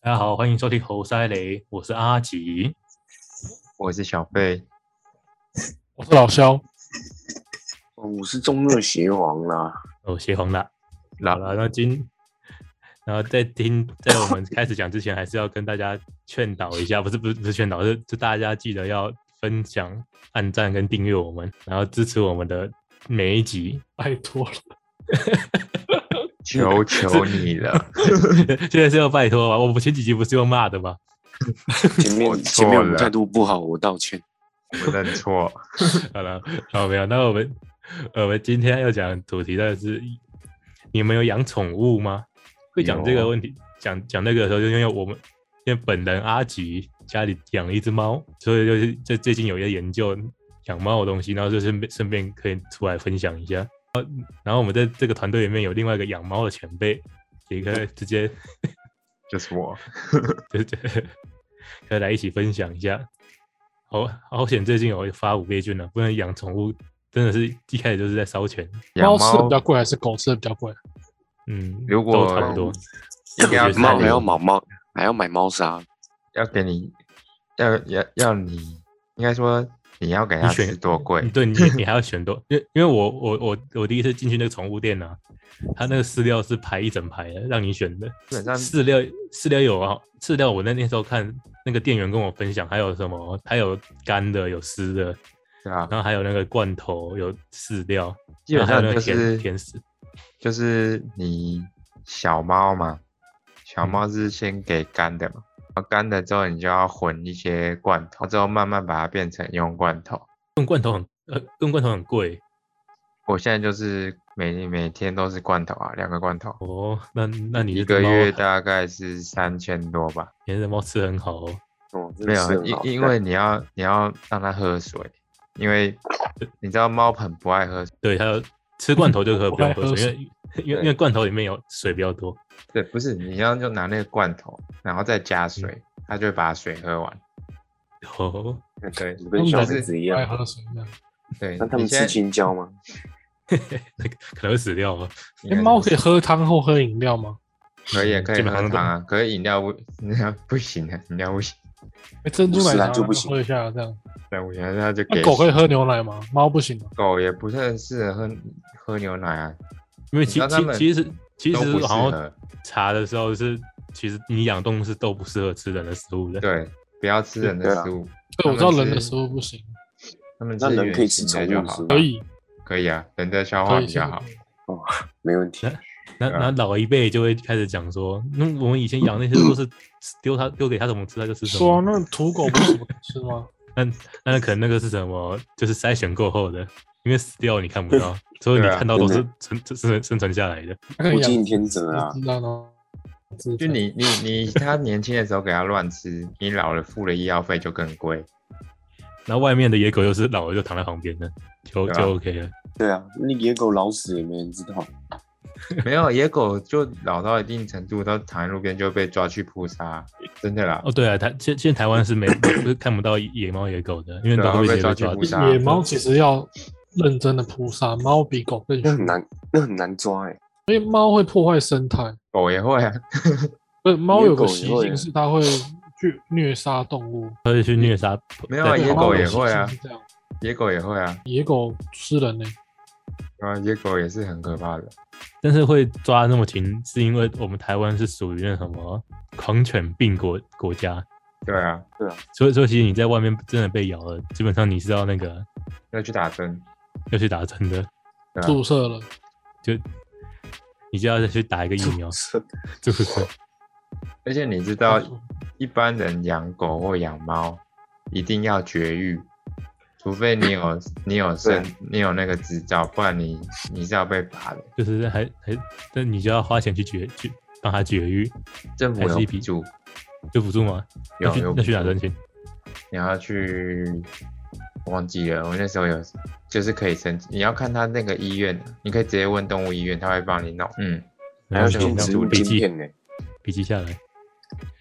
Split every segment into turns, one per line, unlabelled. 大家好，欢迎收听猴塞雷，我是阿吉，
我是小贝，
嗯
我是老肖，
哦我是中二邪王啦，
哦，邪皇啦。
啦
好了，那今，然后在听，在我们开始讲之前，还是要跟大家劝导一下，不是不是不是劝导，是是大家记得要分享、按赞跟订阅我们，然后支持我们的每一集。
拜托了，
求求你 了，
现在是要拜托吧，我们前几集不是用骂的吗？
前
我
面
错
前面我们
了
态度不好，我道歉。
我认错。
好了，好没有，那我们我们今天要讲的主题的是，你们有养宠物吗？会讲这个
有
问题，讲讲那个的时候，就因为我们因为本人阿吉家里养了一只猫，所以就是在最近有一些研究养猫的东西，然后就顺便顺便可以出来分享一下。然后我们在这个团队里面有另外一个养猫的前辈，也可以直接
就是我，
对 对，可以来一起分享一下。好好险，最近有发五倍券啊了，不然养宠物真的是一开始就是在烧钱。
养
猫吃
猫
的比较贵还是狗吃的比较贵？
嗯，
如果
都差不多，
应该要
就是
猫
看
还
你
要买猫，还要买猫砂，
要给你，要要要你，应该说你要给它
你选
吃多贵，
嗯对你你还要选多，因为因为我我我我第一次进去那个宠物店啊，它那个饲料是排一整排的，让你选的。
基本上
饲料饲料有啊，饲料我那那时候看那个店员跟我分享，还有什么，还有干的，有湿的，
对啊，
然后还有那个罐头，有饲料，
基
然后
本
还有那
上就
个甜
是
甜食。
就是你小猫嘛，小猫是先给干的嘛，然后干了之后你就要混一些罐头，之后慢慢把它变成用罐头。
用罐头很呃，用罐头很贵
我现在就是每每天都是罐头啊，两个罐头，
哦。那那你
一
这
个
只猫
月，大概是三千多吧。
你这只猫吃得很好哦。
哦，真
没
的是
有，
很
因
好
因
看
为你要你要让它喝水，因为你知道猫很不爱喝水，
对，还 有吃罐头就可以不用喝
我还喝
水，因为因为因为罐头里面有水比较多。
对，不是你要就拿那个罐头，然后再加水，它就会把水喝完。
哦，
对，
跟小
就
孩
是
子一
不爱
样。
喝水这样。
对，
那他
你
们
现
吃
在
青椒吗？
可能会死掉吗？
应
哎、
该
猫
是
可以喝汤或喝饮料吗？
可以可
基
以
本
喝
上都
汤啊，可以饮料不 饮料不行啊，饮料不行，
哎珍珠
不
奶
是啊
茶
就不行
喝一下这样。
对，我觉得它就
那
给
狗可以喝牛奶吗？猫不行吗？
狗也不是很适合喝喝牛奶啊，
因为
你
其
知道他
其
们
其实其
都不
实
适
好像
合。
查的时候是，其实你养动物是都不适合吃人的食物的。
对，不要吃人
对
的
啊
食物，
对，我知道
他们
人的
是
食物不行，
他们
那人
原
可以吃
形
宠
的
物
就
食
好
物
了，
可以，
可以啊，人的消化
可以
比较
是
好。
没问题。
那
对
那
啊
老一辈就会开始讲说，那我们以前养那些都是 丢它丢给它怎么吃它就吃什
说啊
么，
那土狗不行吃吗？
那可能那个是什么，就是筛选过后的，因为死掉你看不到，所以你
对啊
看到都
真
是生生生存下来的。
它可以
物
养
竞天择啊，
知道呢。
就你你 你他年轻的时候给他乱吃，你老了付了医药费就更贵。
然后外面的野狗又是老了就躺在旁边的，就
对啊
就 OK 了。
对啊，那野狗老死也没人知道。
没有野狗就老到一定程度，都躺在路边就被抓去扑杀，真的啦。
哦，对啊，台现现在台湾是没是看不到野猫野狗的，因为
对啊
都会直接
被抓
被
去
抓
捕
走
杀
野猫其实要认真的扑杀，猫比狗更
那
凶
很，难，那很难抓哎、
因为猫会破坏生态。
狗也会啊，
不是猫
野
有个
狗也
习
会
性
啊
是它会去虐杀动物，
它会去虐杀。
没有啊
对
野
猫
狗
的
也
习
会
性
啊
是这样，
野狗也会啊，
野狗吃人呢、
对啊，野狗也是很可怕的。
但是会抓那么勤，是因为我们台湾是属于那什么狂犬病国国家，
对啊，
所以说其实你在外面真的被咬了，基本上你是要那个
要去打针，
要去打针的，
对啊，
注射了，
就你就要再去打一个疫 苗，是不是？
而且你知道，一般人养狗或养猫一定要绝育，除非你 有你有
对
生你有那个执照，不然你你是要被罚的。
就是还还，但你就要花钱去绝去帮它绝育，
政府
还
有
是一
补
笔
助，
有补助吗？
有
要去
有
要去
补
打
助
针去？
你要去，我忘记了，我那时候有，就是可以申请，你要看他那个医院，你可以直接问动物医院，他会帮你弄。嗯，
还要
然后
用
就
植物
笔
晶
记
片呢、
笔记下来。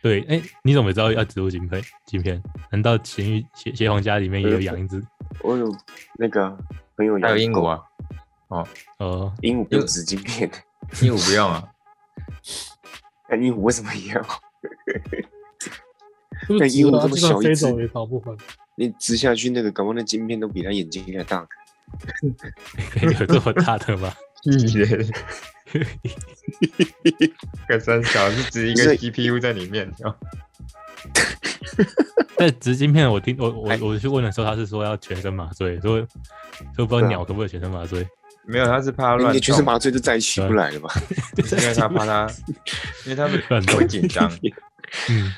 对，哎、你怎么知道要植入晶片？晶片？难道咸鱼邪邪皇家里面也有养一只？
我有那个朋友
还有
养
鹦 鹉啊，
哦，
鹦鹉不用纸晶片，
鹦鹉不用啊，
那鹦鹉为什么也要？
是不
那
是
鹦
直
鹉
的
这
它
么
就算
小一
飞
只
走也倒不回来？
你直下去那个，搞不好那晶片都比他眼睛还大。
有这么大的吗？
嗯
屁嘞！个三小是指一
不
个
是
GPU 在里面哦，
但直晶片我听我我
哎
我去问的时候，他是说要全身麻醉，说说不知
对
道
啊
鸟可不可以全身麻 醉？
没有，他是怕它乱
你全身
动，
麻醉就再也起不来了吧？
因为他怕 他，因为他
乱
们
动
会紧张，
嗯，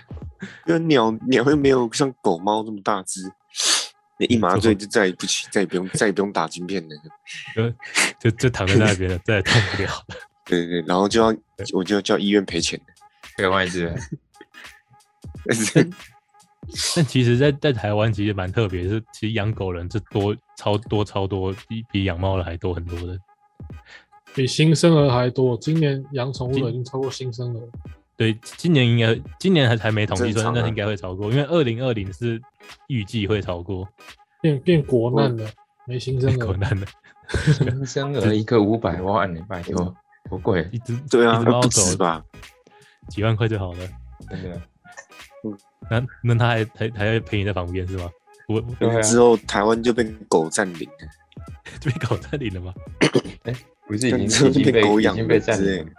因为鸟鸟又没有像狗猫这么大只，你一麻醉就再也不起，再也不用再也不用打晶片了。
就就躺在那边了，再也动不了了。
对对，对然后就要我就要叫医院赔钱。
可以换一 只。
但其实在，在台湾其实蛮特别，是其实养狗人是多超多超多，比比养猫的还多很多的。
比新生儿还多。今年养宠物的已经超过新生儿，
对，今年应该今年还还没统计
正
算，
常啊
但是应该会超过，因为二零二零是预计会超过，
变变国难了，没新生
可
儿。
能的。
新生儿一个五百万呢，拜托，不贵，
一只
对啊，
一只猫
不
狗
止吧？
几万块就好了。
真的。
那那他还还还要陪你在旁边是吗？我我
对啊
之后台湾就被狗占领了，
被狗占领了吗？
不是已经
你真
已
的
经
被
被
狗
已
养
经被
了
占
之类
领了？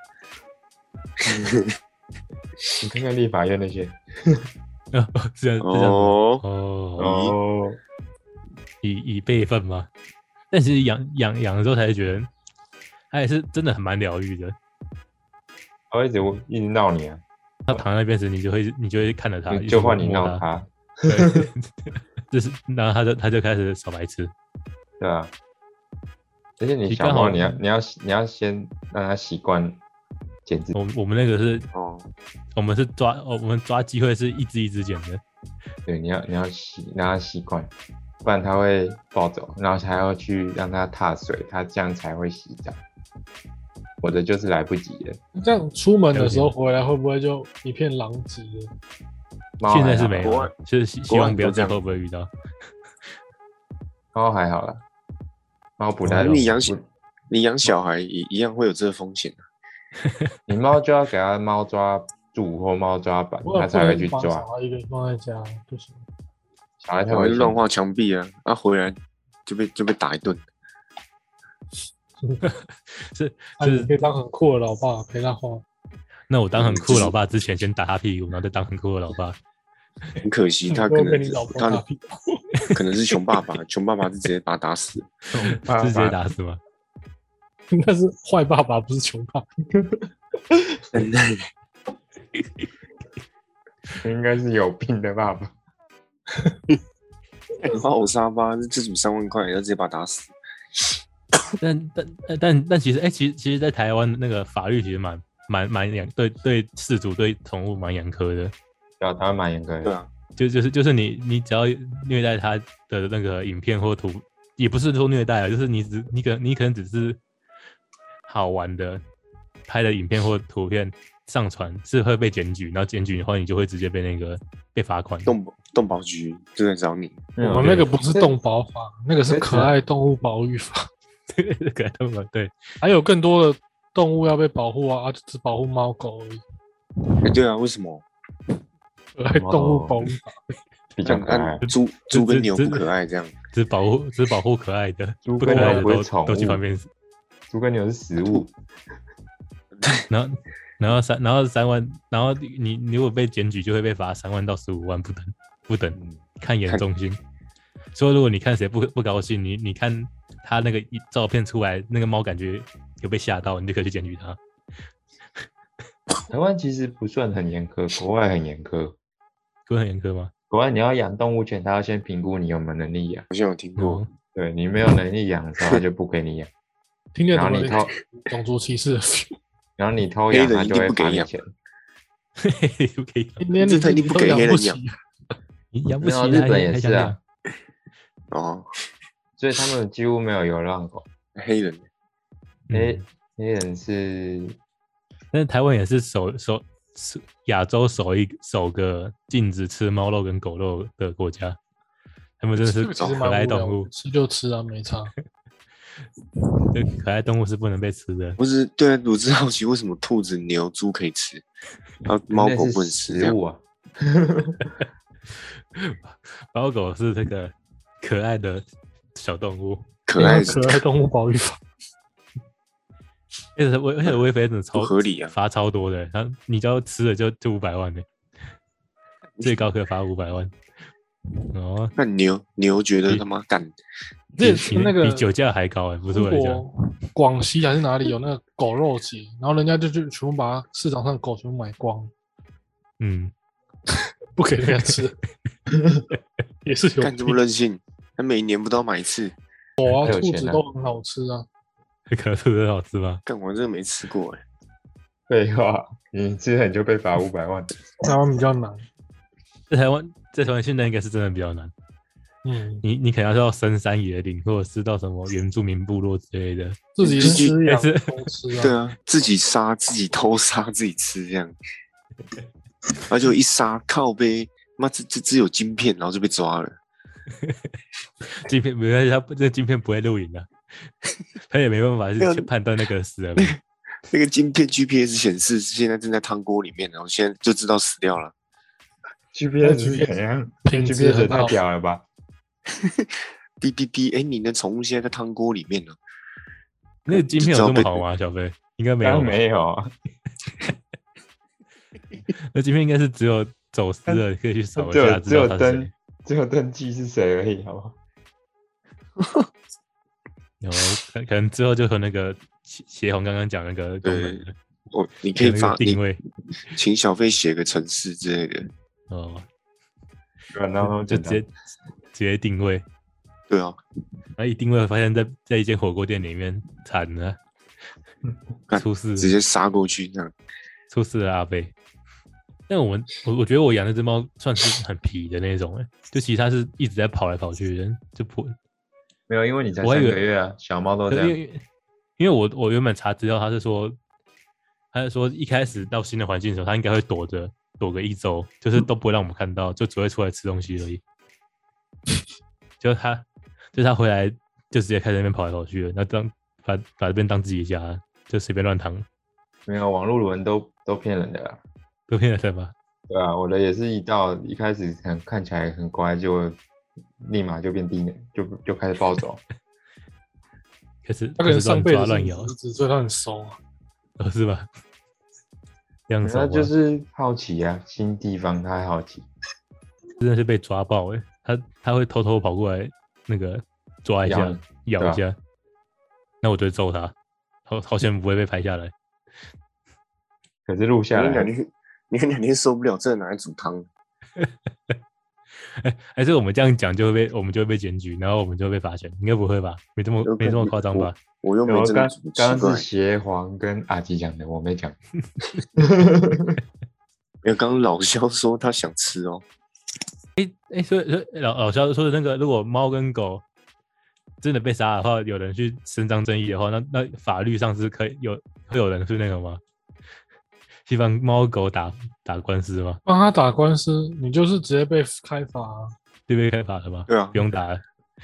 你看看立法院那些
啊，是啊，是这样吗。
哦，
哦，
哦，
以以备份吗？但其实养养养的时候才觉得，它也是真的很蛮疗愈的。
他一直一直闹你啊，
它躺在那边时，你就会你就会看着它，
就
啊一直
就换你
摸它，
闹他，
对，就是然后它就它就开始耍白痴，
对啊。而且你
你
小
刚
猫，
好
你要你要你要先让它习惯剪指，
我我们那个是，
哦，
我们是抓，我们抓机会是一只一只捡的，
对，你要你要习让它习惯，不然它会暴走，然后才要去让它踏水，它这样才会洗澡。我的就是来不及了，
这样出门的时候回来会不会就一片狼藉了？
猫
现
还
在是
好
没
国
有
外
啊，就是希希
国外
望不要
都这
之
样
后不会遇到。
猫还好了，猫不太
那
哦那
有
你养
不
小你养小孩也一样会有这个风险啊
你猫就要给它猫抓住或猫抓板，
我
它
也不
才会去
能把
抓
小。孩一个人放在家不行。
小孩太
小孩
会
就乱画墙壁啊，啊回来就被就被打一顿。
是
那
就
啊你可以
是，
当很酷的老爸陪他花，
那我当很
嗯
酷
就是
的老爸之前，先打他屁股，然后再当很酷的老爸。
很可 惜，他
不
可
会被
能
你老婆打
他
屁股。
可能是穷爸爸，穷爸爸是直接把他打死。
爸
是直接
爸
打死吗？
那是坏爸爸，不是穷爸爸。
应该是有病的爸爸。
花哎我沙发，这怎么三万块，然后直接把他打死？
但但呃但但其实，哎、其实其实，在台湾那个法律其实蛮蛮蛮严，对对，饲主对宠物蛮严苛的。
对啊，台湾蛮严格
对
的。
啊，
就就是就是你你只要虐待它的那个影片或图，也不是说虐待啊，就是你只你可你可能只是好玩的拍的影片或图片上传是会被检举，然后检举的话，你就会直接被那个被罚款。
动保动保局就在找你。
没有
嗯我们那个不是动保法，那个是
这
可爱动物保育法，
对对对动保 对，
还有更多的动物要被保护啊，啊就只保护猫狗而已。
哎，对啊，为什么？
哦
可爱动物保育法，
比较可爱
按。猪猪跟牛
这
不可爱这样。
只保护只保护可爱的，
猪
不可
跟
爱的
牛不是
都
宠
都去
物
旁边死。
猪跟牛是食物，
然后然后三然后三万，然后你你如果被检举，就会被罚三万到十五万不等不等。
嗯，
看严重性。所以如果你看谁不不高兴，你你看他那个一照片出来，那个猫感觉有被吓到，你就可以去检举他。
台湾其实不算很严苛，国外很严苛。
不会很严苛吗？
国外你要养动物犬，它要先评估你有没有能力养。
好像有听过
哦，
对你没有能力养的时候，它就不给 你养。
听见
然
怎
后
么
你偷，
种族歧视的 feel？
然后你偷养，
黑
它
人一
就
定
会
不给
罚你
养
钱。
嘿嘿，不可以，
连
这
你
他一定不
都
给黑人
不起啊
养
你养不
没
起
有，
还
日本也
还
是
想
啊
养？，
哦，
所以他们几乎没有流浪狗。
黑人
黑
嗯，
黑人是
但是台湾也是首首是亚洲首一首个禁止吃猫肉跟狗肉的国家，他们真的是
这个其实
可
蛮
爱
无聊
动物
的，吃就吃啊，没差。
这可爱动物是不能被吃的。
不是，对啊，我是好奇为什么兔子、牛、猪可以吃，然后猫狗不能吃这
食
样
物啊，
包狗是这个可爱的小动物，
可爱
可爱动物保育法，
而且我而且威菲真的
嗯不
超
合理啊！
罚超多的，他你只要吃了就就五百万呢，欸最高可以罚五百万。哦，
那牛牛觉得他妈干，
这
比
那个
比酒驾还高哎，不是我来讲，
中国广西还是哪里有那个狗肉节，然后人家就就全部把它市场上的狗全部买光，
嗯，
不给人家吃， 也是有
干这么任性，他每年不都要买一次？
狗啊，
还有
兔
钱
子
啊
都很好吃啊。
可是很好吃吗？
干我真的没吃过哎、
废话，你吃了你就被罚五百万。
台湾比较难，
在台湾，在台湾现在应该是真的比较难，
嗯，
你你可能要到深山野岭，或者是到什么原住民部落之类 的，
自己
自己
吃养
还是
狗吃啊。
对啊，自己杀自己偷杀自己吃 这样，而且我一杀靠背，妈这这只有晶片，然后就被抓了。
晶片没关系，他不这晶片不会录 影的、他也没办法
没有
去判断那个死了没。
那个晶片 GPS 显示现在正在汤锅里面，然后现在就知道死掉了。
GPS 是怎样
品质
？GPS
很
太
好
屌了吧？
哔哔哔！哎，你的宠物现在在汤锅里面呢，
那个晶片有这么好吗？小飞应该没
当
有
然
吧，
没有啊，
那晶片应该是只有走私的可以去扫一
只
下，
有
知
只
道
有
他是谁
登。只有登记是谁而已，好不好？
有可可能之后就和那个协协同刚刚讲那个功能了，
我哦你可以
那
发
个
你
定位
请小费写个程式之类的。
哦，
管到那么
就
简
直接
单。
直接定位，
对啊，
然后一定位发现在在一间火锅店里面惨 了，
干
出
嗯
事
直接杀过去这样。
出事了阿贝。但我们我我觉得我养那只猫算是很皮的那种、欸，就其实它是一直在跑来跑去的，就不
没有，因为你才
我还
三
以为
个月啊，小猫都
因
这样。
为因为我我原本查资料，他是说，他是说一开始到新的环境的时候，他应该会躲着躲个一周，就是都不会让我们看到，就只会出来吃东西而已。 就他，就他回来就直接开始在那边跑来跑去了，那当把把这边当自己家了，就随便乱躺，
没有，网络文都都骗人的啦。
都骗人吧？
对啊，我的也是一到一开始很看起来很乖，就立马就变低能，就就开始暴走。
开始开
他可能
始
上
乱
辈子
抓
是
乱咬
你，侄子，所以他很熟啊。
哦 是吧？这样子
那
好
就
吧
是好奇啊，新地方他好奇。
真的是被抓爆哎、他他会偷偷跑过来那个抓一
咬
下
你
咬
对
一
啊
下，那我就会揍他，好好险不会被拍下来。
可是录下
你
来
两，天，你两天受不了，真的拿来煮汤。
哎、还是我们这样讲就会被我们就会被检举，然后我们就会被罚钱，应该不会吧？没这么
有可能
没这么夸张吧？
我又没
我
真
刚
的煮，奇
刚刚是
怪。
邪皇跟阿吉讲的，我没讲。
因为刚刚老肖说他想吃哦，
哎、所以所以老老肖说的那个，如果猫跟狗真的被杀的话，有人去伸张正义的话，那那法律上是可以有会有人去那个吗？ 去帮猫狗打打官司吗？
帮他打官司，你就是直接被开罚、啊，
对被开罚了吗？
对啊
不用打了，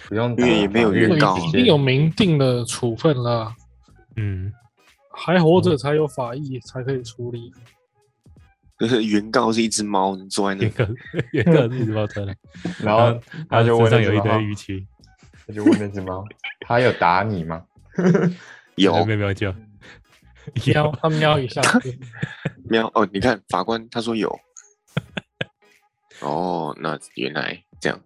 不用打，
因为也没有
法律
预告啊
直
已
接
经有明定的处分了啊，
嗯。
还活着才有法益才可以处理。
嗯
就是 原告是一只猫坐在那
原
里，
个原个一直猫吞了，
然
啊
后他就
身
问
上
那哦只
有一堆
猫
淤青，
他就问那只猫，他有打你吗？
有
没有没有叫，
喵，他喵一下，
喵哦，你看法官他说有，哦，那原来这样，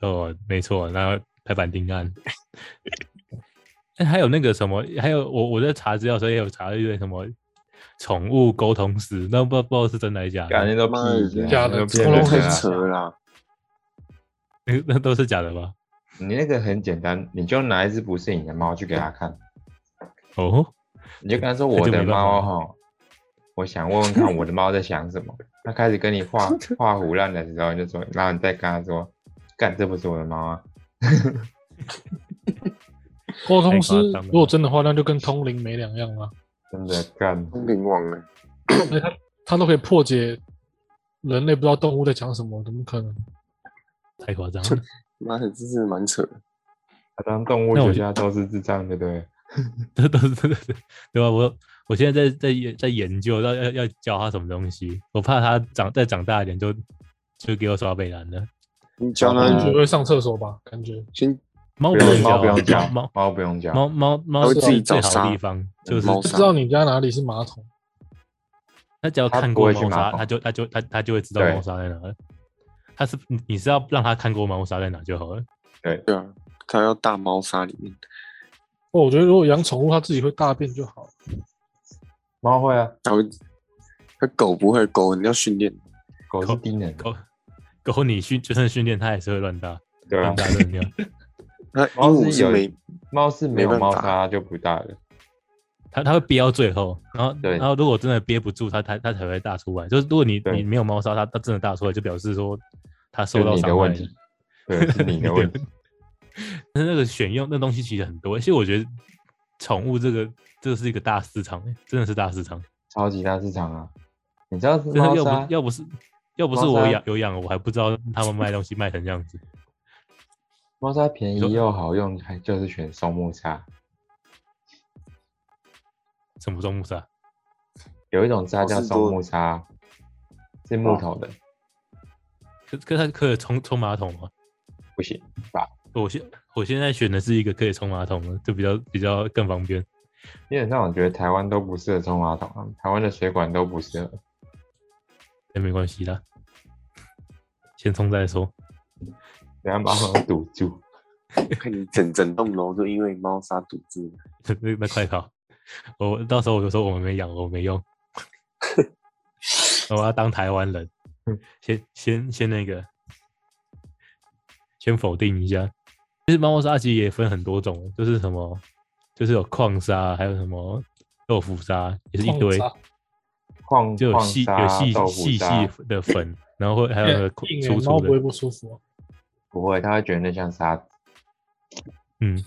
哦，没错，那拍板定案。哎，还有那个什么，还有我我在查资料的时候也有查到一堆什么宠物沟通师，那不知道不知道是真的还是假
感
的，
觉都
妈的
屁
假
啊
的
都骗
恐
人
龙
的
嗯太
很
啊。
扯了啦，
那那都是假的吧？
你那个很简单，你就拿一只不是你的猫去给他看，
哦，
你就跟他说
那
我
就
的
没办法
猫哈，我想问问看我的猫在想什么。它开始跟 你画画胡乱的时候，你就说，然后你再跟他说，干这不是我的猫啊，
沟通师
太夸张了
如果真的话，那就跟通灵没两样了、
真的干。
通灵啊王呢？
所以他他都可以破解人类不知道动物在讲什么，怎么可能？
太夸张了！
妈的，这真的蛮扯的。
啊当动物
那我
学
觉
家都是智障的，对不对？
这都是 对吧？我我现在在在研在研究要要要教他什么东西，我怕他长再长大一点就就给我耍北南了。
你教
嗯
感
他
觉会上厕所吧？感觉
先
猫
不
不
用
用
猫不用
教啊，
教，
猫
猫不用教，
猫猫猫
它会
是
自己
最
找
好
沙
的地方，就是
猫
不
砂
知道你家哪里是马桶，
他只要
它
看
不
过
会去
猫
马
砂，
桶
他就他就他他就会知道
对
猫砂在哪了。他是你你是要让他看过猫砂在哪就好了。
对啊，他要大猫砂里面，
哦，我觉得如果养宠物，它自己会大便就好了。
猫会啊，
他会，他狗不会，狗你要训练，
狗是低能的，
狗狗你训就算训练它也是会乱大
对啊
乱，大乱尿。
那
猫
鹦鹉
是有
是没
猫是没有
没办
猫
法
砂就不大的，
它它会憋到最后，然后
对
然后如果真的憋不住，它它它才会大出来。就是如果你
对
你没有猫砂，它它真的大出来，就表示说它受
是
到
你的
伤害
问
了。
题，对，是你的问题，。
但是那个选用那东西其实很多，其实我觉得宠物这个这是一个大市场，欸真的是大市场。
超级大市场啊！你知道是
真的
猫
要
砂
不要不是要不是
猫
我
砂
养有养，我还不知道他们卖东西卖成这样子。
猫砂便宜
说
又好用，还就是选松木砂。
什么中木砂？
有一种砂
好
叫
事
松
多
木砂，是木头的，
可可它可以冲冲马桶吗？
不行。
我现我现在选的是一个可以冲马桶的，就比较比较更方便。
因为那我觉得台湾都不适合冲马桶啊，台湾的水管都不适合。
也没关系啦，先冲再说。
等下把我堵住。
看你整整栋楼都因为猫砂堵住，
那 那快跑！我到时候我就说我们没养，我没用，我要当台湾人
嗯，
先先先那个，先否定一下。其实猫砂其实也分很多种，就是什么，就是有矿砂，还有什么豆腐砂，也是一堆，
矿渣
矿
就有
矿
细有
砂、
细
豆腐
细细
砂
的粉，然后会还有 那个
欸硬欸
粗
猫
粗
不会
的，
不舒服啊、
不会，他会觉得那像沙子。
嗯，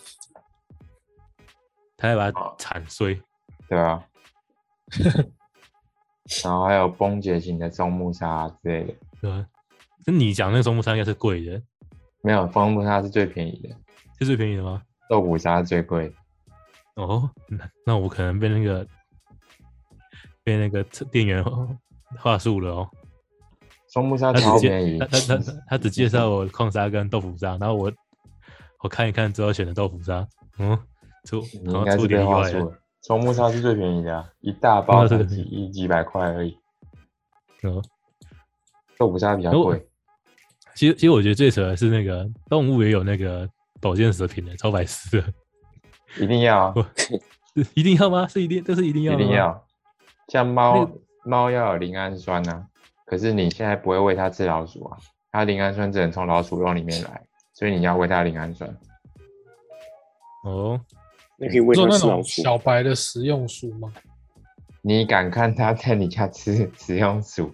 他会把
好
它铲碎。
对啊。然后还有崩解型的松木砂之类的，
对吧？那你讲那个松木砂应该是贵的，
没有松木砂是最便宜的，
是最便宜的吗？
豆腐砂是最贵的。
哦，那那我可能被那个被那个测店员话术了哦。
松木砂
他
超
只
便
介
宜
他，他他他只介绍我矿砂跟豆腐砂，然后我我看一看之后选的豆腐砂，嗯，出
你
好
应该
像出
是
点
被
意
话
外
术
了。
了。松木砂是最便宜的啊、一大包
松木砂
才
最
几
便
一几百块而已。
嗯，
豆腐砂比较
如果
贵，
其实其实我觉得最扯的是那个动物也有那个保健食品的，超百思的，
一定要啊，
是一定要吗？是一定，这是一定要
一
的吗
定。要。像猫
那，
猫要有磷氨酸啊，可是你现在不会喂它吃老鼠啊，它磷氨酸只能从老鼠肉里面来，所以你要喂它磷氨酸。
哦，
那可以喂
做
它
那
吃
种
老 鼠。
小白的食用鼠吗？
你敢看它在你家吃 食用鼠？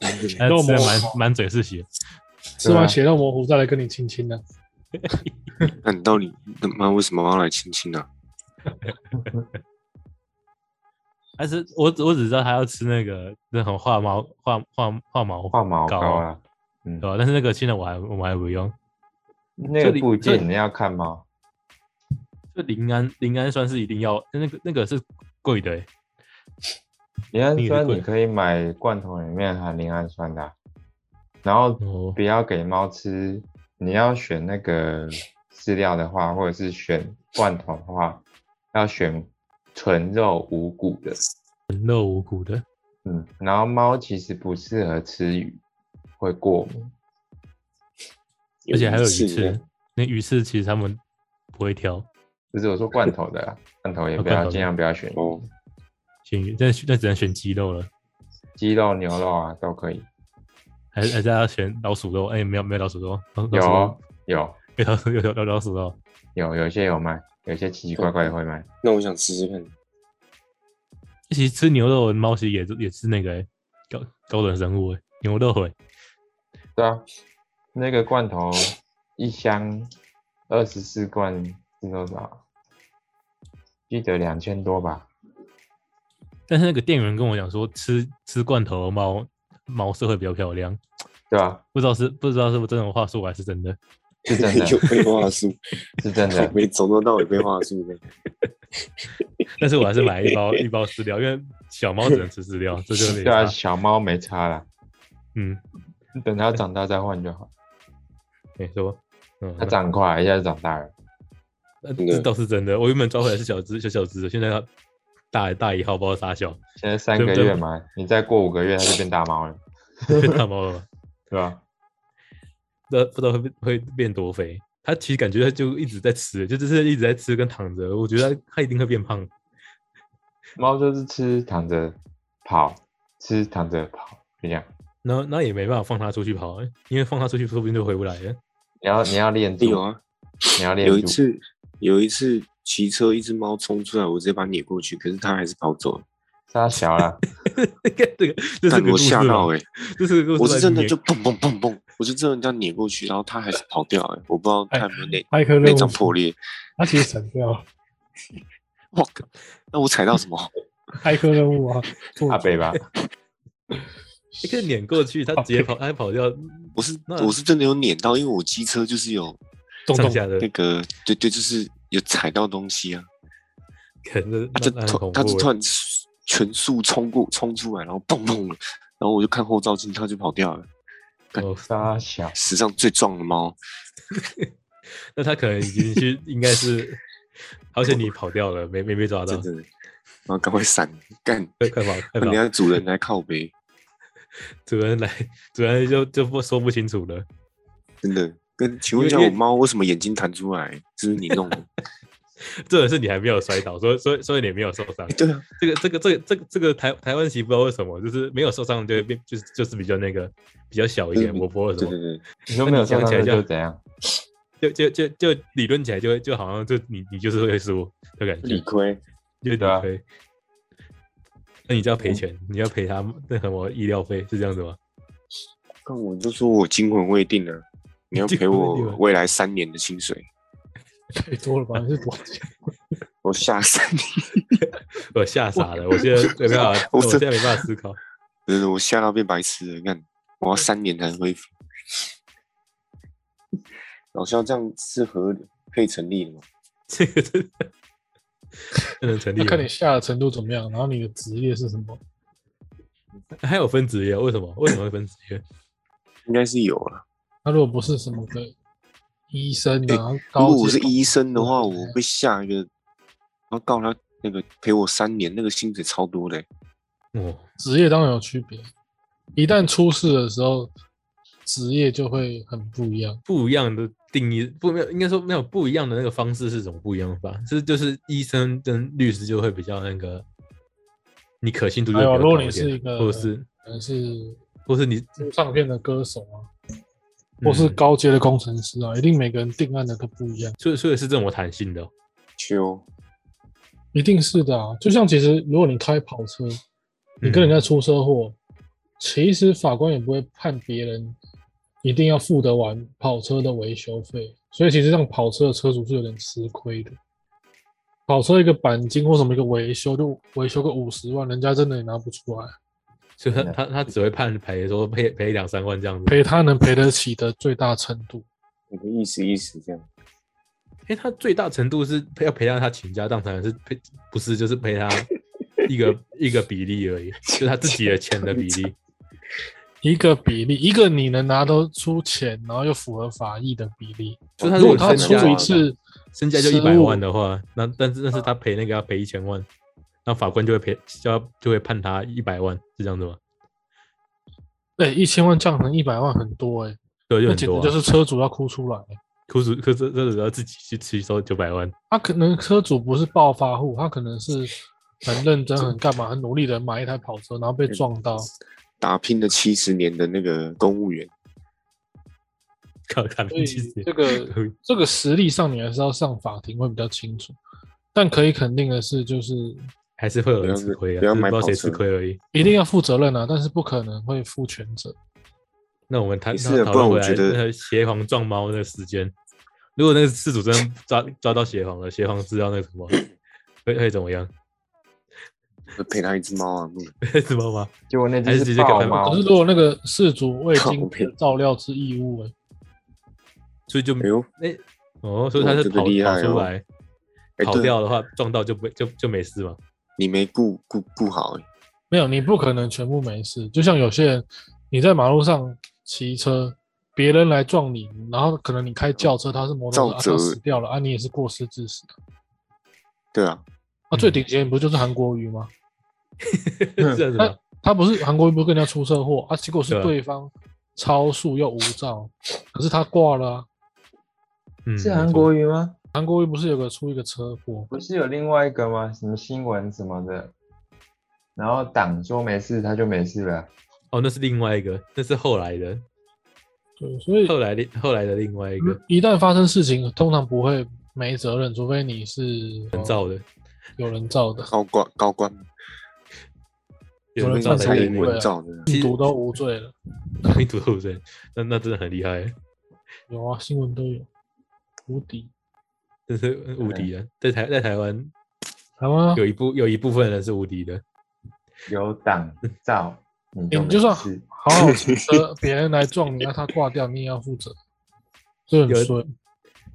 那
肉
吃的
膜
满满嘴是血，
吃
啊
完血肉模糊再来跟你亲亲的，
那你到底他妈为什么要来亲亲啊呢？
但是我只我只知道他要吃那个那种化毛化化化毛
化毛膏
膏
啊，嗯
对，吧？但是那个现在我还我们还不用，
那
这
个
里
不一
这
定你要看猫，
就磷氨磷氨酸是一定要，那个那个是贵的欸、
磷氨
你
酸
会
你可以买罐头里面含磷氨酸的啊、然后
哦
不要给猫吃。你要选那个饲料的话，或者是选罐头的话，要选纯肉无骨的。
很肉无骨的。
嗯，然后猫其实不适合吃鱼，会过敏。
而且还有鱼
刺
翅，那鱼翅其实他们不会挑
不是我说罐头的啦，罐头也
哦
不
罐
要，
头
尽
的
量不要选鱼。
哦，
选鱼，但那只能选鸡肉了，
鸡肉、牛肉啊都可以。
还是还是要选老鼠肉？哎、没有没有啊老鼠肉，老
有哦
老
有
鼠肉有老鼠有 有有老鼠肉，
有有些有卖，有些奇奇怪怪的会卖。
那我想吃吃看。
其实吃牛肉的猫其实也是也是那个欸、高高等生物、欸，牛肉欸
对啊，那个罐头一箱二十四罐是多少？记得两千多吧？
但是那个店员跟我讲说，吃吃罐头的猫毛色会比较漂亮，
对啊，
不知道是不知道是不是真的话术还是真的。
是真的，
有被话术，
是 真的。
没从头到尾被话术的。
但是我还是买了一包一包饲料，因为小猫只能吃饲料，这就 没
对啊，
差。
小猫没差啦，
嗯，
等它长大再换就好。
没错，嗯，
它长快，一下就长大了。
那
真
这
的
倒是真的。我原本抓回来是小只小小只的，现在它大大一号，不知道啥 小，
现在三个
对不对
月嘛，你再过五个月它就变大猫了，
大猫了嘛，
对啊吧？
不知道不知道会变会变多肥。它其实感觉它就一直在吃，就只是一直在吃跟躺着。我觉得它它一定会变胖。
猫就是吃躺着跑，吃躺着跑，就这样。
然后那也没办法放它出去跑、欸因为放它出去说不定就回不来了。
你要你要练住，
有啊，
你要练
有一
住。
次，有一次骑车，一只猫冲出来，我直接把它撵过去，可是它还是跑走了，
它小了，
这个这是
但
个故
我
事
吓到
嘛
哎、
这是个故
我
事吧
是真的
你
就蹦蹦蹦蹦，我是真的这样撵过去，然后它还是跑掉哎、我不知道它有没有内
麦克
内
任务
脏，破裂，
他其实闪掉了。
我靠，那我踩到什么？
骇客任务啊， 做
阿北吧，
一个撵过去，它直接跑，它跑掉
我是
那
我是真的有撵到，因为我机车就是有
动
上
动
下的
那，个，对对，就是有踩到东西啊，
可能
它
那
就
那
突
很恐
它就
怖
突
欸。
然全速冲过冲出来，然后蹦蹦了，然后我就看后照镜，它就跑掉了。
哦
它小，
史上最壮的猫，
那它可能已经去，应该 是，好险你跑掉了，没没被抓到
真，的，然后赶快闪，干，
快快 跑快
人
跑！
家主人来靠背，
主人来，主人就就不说不清楚了，
真的。跟请问一下，
因为
我猫为什么眼睛弹出来？是不是你弄 的？
这个是你还没有摔倒，所以所以所以你没有受伤。
对啊，
这个这个这个这个这个台台湾棋不知道为什么，就是没有受伤就会变，就是就是比较那个比较小一点，
嗯
活泼什
对
么
对，对，
你都没有 上
那你想
上
起来
就
就
怎样？
就就就就理论起来就会就好像就你你就是会输的感觉。
理亏。
就理
对啊
赔。那你就要赔钱，你要赔他那什么医疗费，是这样子吗？
但我就说我惊魂未定了，你要
惊
赔
魂未
我
定啊
未来三年的薪水，
太多了吧？你是多少钱？
我下三年，
我吓傻了，我现在没办法，
我
我
真
现在没办法思考。
真的我吓到变白痴了。看，我要三年才恢复。老肖这样是合理可以成立的吗？
这个真的不能成立
那看
吗
你？下的程度怎么样，然后你的职业是什么？
还有分职业哦，为什么？为什么会分职业？
应该是有啊。
那如果不是什么的医生啊，
哎如
高
果
级
我是医生的话，
对
我会下一个，然后告他那个赔我三年，那个薪水超多的欸、
哦，
职业当然有区别，一旦出事的时候，职业就会很不一样。
不一样的定义，不没有，应该说没有不一样的那个方式是什么不一样的法？是就是医生跟律师就会比较那个，你可信度就
还
会比较
有哎如果
高
你
一
是一
点，啊
个
或者是
可能是
或是你
出唱片的歌手啊，或是
嗯
高阶的工程师啊，一定每个人定案的都不一样，
所以所以是这种弹性的哦，
秋
一定是的啊。就像其实如果你开跑车，你跟人家出车祸，其实法官也不会判别人一定要付得完跑车的维修费，所以其实让跑车的车主是有点吃亏的。跑车一个钣金或什么一个维修，就维修个五十万，人家真的也拿不出来，
所以他他他只会判赔说赔赔两三万这样子。
赔他能赔得起的最大程度。
你的意思意思这样，
因为他最大程度是要陪到他倾家荡产，是陪不是就是陪他一 个一个比例而已，就是他自己的钱的比例。
一个比例，一个你能拿得出钱，然后又符合法益的比例。
就是他
如果
如果
他
身
出
家
一次，
身家就一
15
百万的话，那但是但是他赔那个要赔一千万，那法官就会赔就要就会判他一百万，是这样子吗？
哎、一千万降成一百万，很多哎、
对，就
那
很
简直
多、啊。
就是车主要哭出来、欸
可是可是这只要自己去吸收九百万，
他可能车主不是暴发户，他可能是很认 真、很干嘛、很努力的买一台跑车，然后
嗯
被撞到，
打拼了七十年的那个公务员，
靠他
所以
们其实
这个这个实力上你还是要上法庭会比较清楚。但可以肯定的是，就是
还是会有人
不要
吃亏啊，只
不要
是不
买
知道
跑
谁吃
车
亏而已。
一定要负责任啊，但是不可能会负全责。
那我们谈
也是
那
啊
讨
不
论
然
回
我
来
觉得
那个协防撞猫那个时间，如果那个事主真的抓抓到协防了，协防知道那个什么，会会怎么样？
会赔他一只猫啊，不然
会怎么吗？
结果那
还是
只
直接给
豹
它们
猫
可，是如果那个事主未
靠
尽
北
照料之义务、欸，
所以就
哎呦，
哎哦，所以他
哇
是
这个
跑
厉
跑
害
出
哦
来，
哎
跑
对
掉的话撞到就不就就没事 嘛。
你没顾顾顾好、欸，
没有，你不可能全部没事。就像有些人，你在马路上骑车，别人来撞你，然后可能你开轿车，他是摩托车，
造
啊、
责
他死掉了啊，你也是过失致死的。
对啊，
啊，最
嗯
顶尖不就是韩国瑜吗？
这样子吗？
他不是韩国瑜不是跟人家出车祸啊，结果
对
是
啊
对方超速又无照，可是他挂了啊。
嗯，
是
没
韩
错
国语吗？
韩国瑜不是有个出一个车祸，
不是有另外一个吗？什么新闻什么的，然后党说没事，他就没事了。
哦，那是另外一个，那是后来的，
对，所以
后来的后来的另外一个
一旦发生事情，通常不会没责任，除非你是
人
嗯
造的，
有人造的，
高官高官，
有人
人
造
造的
的
蔡
也
那
英
个
会
文
啊
造的，
病毒都无罪了。
一毒后生，那那真的很厉害，
有啊，新闻都有，无敌。
真是
哎
无敌的。在台在台湾
台湾啊
哦
有一部有一部分人是无敌的，
有党照，你
欸
就
你就
没
算
事。
好好骑车，别人来撞你，让他挂掉，你也要负责，这很
有
衰。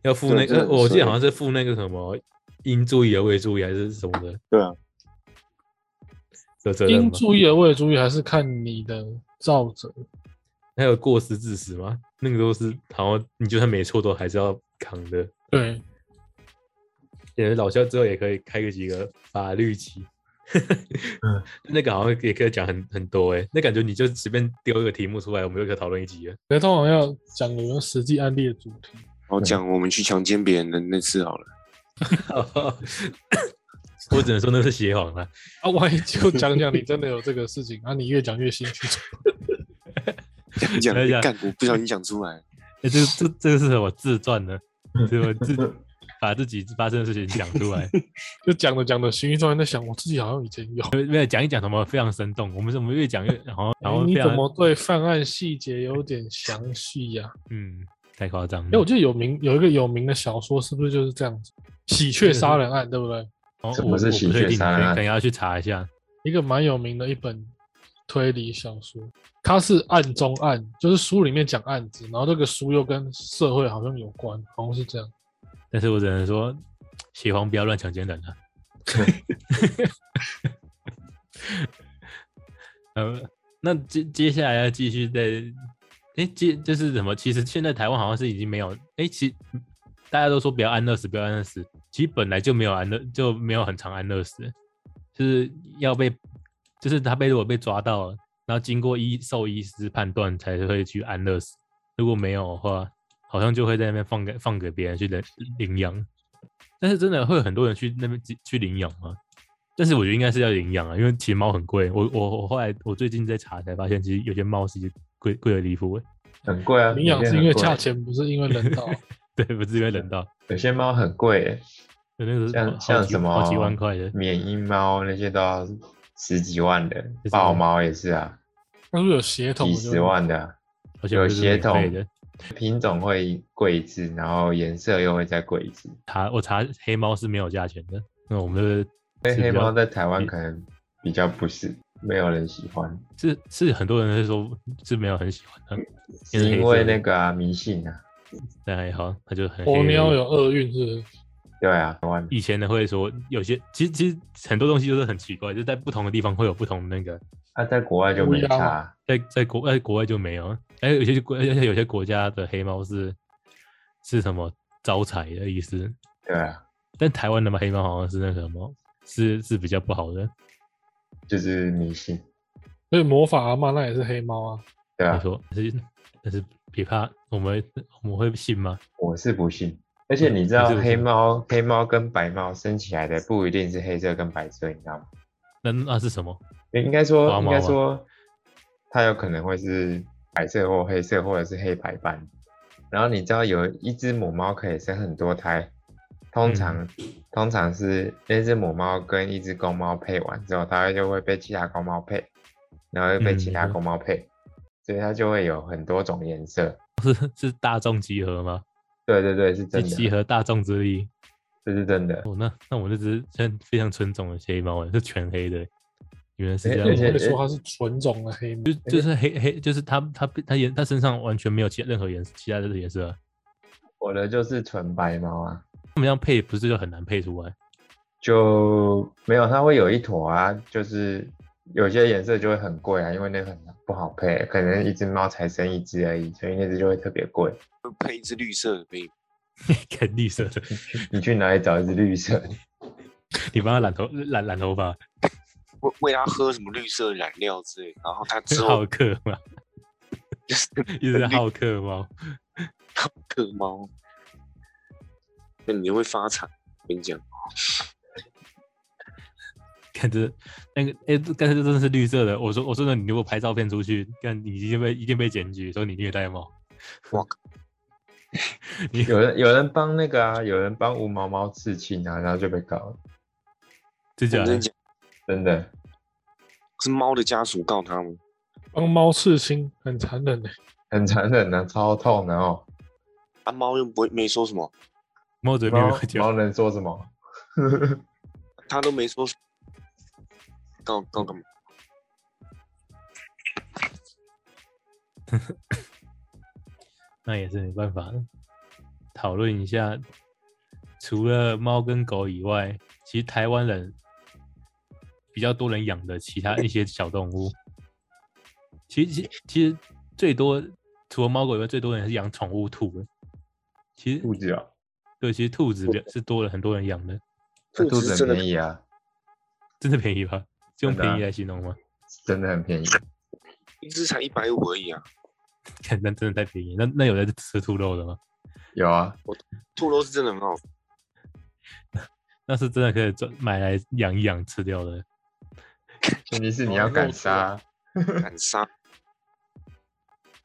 要付那
对
个，
这个
我记
是
得好像是付那个什么应注意而未注意还是什么的，
对啊，
有责任
应
吗？
注意而未注意，还是看你的造责。
还有过失致死吗？那个都是好像你就算没错都还是要扛的。
对，
演员老肖之后也可以开个几个法律集，嗯， 那个好像也可以讲很很多哎、那感觉你就随便丢一个题目出来，我们就可以讨论一集了。
可是通常要讲有没有实际案例的主题。
我哦讲我们去强奸别人的那次好了，
我只能说那是邪谎了。
啊，万一就讲讲你真的有这个事情， 啊，你越讲越心虚。
讲
哎呀
讲干，我不小心讲出来，
哎、这个这这个是什么自传呢？
嗯
对吧？自把自己发生的事情讲出来，
就讲着讲着，心虚突然在想，我自己好像以前有。
没有讲一讲什么非常生动。我们怎么越讲越好像，然后
哎
非
你
常
怎么对犯案细节有点详细呀、
嗯太夸张了。
哎、我记得有名有一个有名的小说，是不是就是这样子？喜
这
鹊
个是
杀人案，对不对？
哦
什
我
么是
我
喜
不确
鹊
定，
杀啊人案
等一下去查一下。
一个蛮有名的一本推理小说，它是案中案，就是书里面讲案子，然后这个书又跟社会好像有关，好像是这样。
但是我只能说，喜欢不要乱强奸人 啊。 呃，那接接下来要继续在，哎、接就是什么？其实现在台湾好像是已经没有，哎、其大家都说不要安乐死，不要安乐死，其实本来就没有安乐，就没有很常安乐死，就是要被，就是他被如果被抓到了，然后经过医兽医师判断才会去安乐死，如果没有的话，好像就会在那边放给放给别人去领领养。但是真的会有很多人去那边去去领养吗？但是我觉得应该是要领养啊，因为其实猫很贵。我我我后来我最近在查才发现，其实有些猫是贵贵的离谱欸。
很贵啊，
领养
有些
是
很
因为
贵
价，钱，不是因为人 道。
对，不是因为冷到，
有些猫很贵耶，
有那个是
像
好
像
好几
什么
好几万块的，
缅因猫那些都要十几万的
是，
豹猫也是啊，
他如果有血统，
几
我就
十万的啊、
而且
有
不是
血
免费
统
的。
品种会贵一次，然后颜色又会再贵一次。
查我查黑猫是没有价钱的，那我们的
因为黑
是比
猫
较
在台湾可能比较不是，没有人喜欢，
是是很多人是说是没有很喜欢的，
是因为那个、啊、迷信啊。
但还好，它就很黑
鸵
而已
鸟有厄运是不是？
对啊，台湾
以前的会说有些，其实其实很多东西都是很奇怪，就在不同的地方会有不同的那个，
啊，在国外就没
乌鸦
差
吗
啊，
在在国在国外就没有，哎，有些国而且有些国家的黑猫是是什么招财的意思，
对啊，
但台湾的嘛黑猫好像是那个什么，是是比较不好的，
就是迷信，
所以魔法阿妈那也是黑猫啊。
对
没
啊，
错， 但是但是别怕，我们我们会信吗？
我是不信。而且你知
嗯你
道
是不信
黑猫、黑猫跟白猫生起来的不一定是黑色跟白色，你知道吗？
那那是什么？
应该
花
说，应
猫啊
该
吗
说，它有可能会是白色或黑色，或者是黑白斑。然后你知道有一只母猫可以生很多胎，通
嗯
常、通常是那只母猫跟一只公猫配完之后，它就会被其他公猫配，然后又被
嗯
其
没
他
错
公猫配，所以它就会有很多种颜色。
是大众集合吗？
对对对，是
是
真
集
的，
合大众之力。
这是真的。
哦，那那我那只真非常纯种的黑猫欸是全黑的，原来是
哎
这
我
样
而
子
且
会说它是纯种的黑猫，
就就是黑黑，就是它它它颜它身上完全没有其任何颜色，其他的颜色啊，
我的就是纯白猫啊，
他们这样配不是就很难配出来？
就没有它会有一坨啊，就是有些颜色就会很贵啊，因为那个很不好配，可能一只猫才生一只而已，所以那只就会特别贵。
配一只绿色的可以，
肯绿色的，
你去哪里找一只绿色的？
你帮他染头染染头发，
喂喂它喝什么绿色染料之类，然后它之后
好客嘛，
就是
一只好客猫。
克猫，那你会发财。我跟你讲，
看这那个，哎、这刚才这真的是绿色的。我说，我说的，你如果拍照片出去，看你一定被一定被检举，说你虐待猫。
我
你
有人有人帮那个啊，有人帮无毛猫刺青啊，然后就被告了，
真假
认
的
真？讲，
真的。
是猫的家属告他吗？
帮猫刺青很残忍的、
很残忍啊，超痛的哦。
啊，猫又不会没说什么，
猫嘴没
猫
有
猫
讲，
能说什么？
他都没说什么，告告干嘛？
那也是没办法的。讨论一下，除了猫跟狗以外，其实台湾人比较多人养的其他一些小动物，其实其其实最多除了猫狗以外，最多人是养宠物兔的。其实
兔子哦，
对，其实兔子比较是多了很多人养的，
那
兔
兔
子
子
真的
很便宜啊，
真的便宜吧？是用
真的啊
便宜来形容吗？
真的很便宜。
一只才一百五而已啊，
看，那真的太便宜。那那有在吃兔肉的吗？
有啊，
兔肉是真的很好，
那是真的可以赚买来养一养吃掉的。
前提是你
哦
要
肉
敢
兔啊
杀。
敢杀。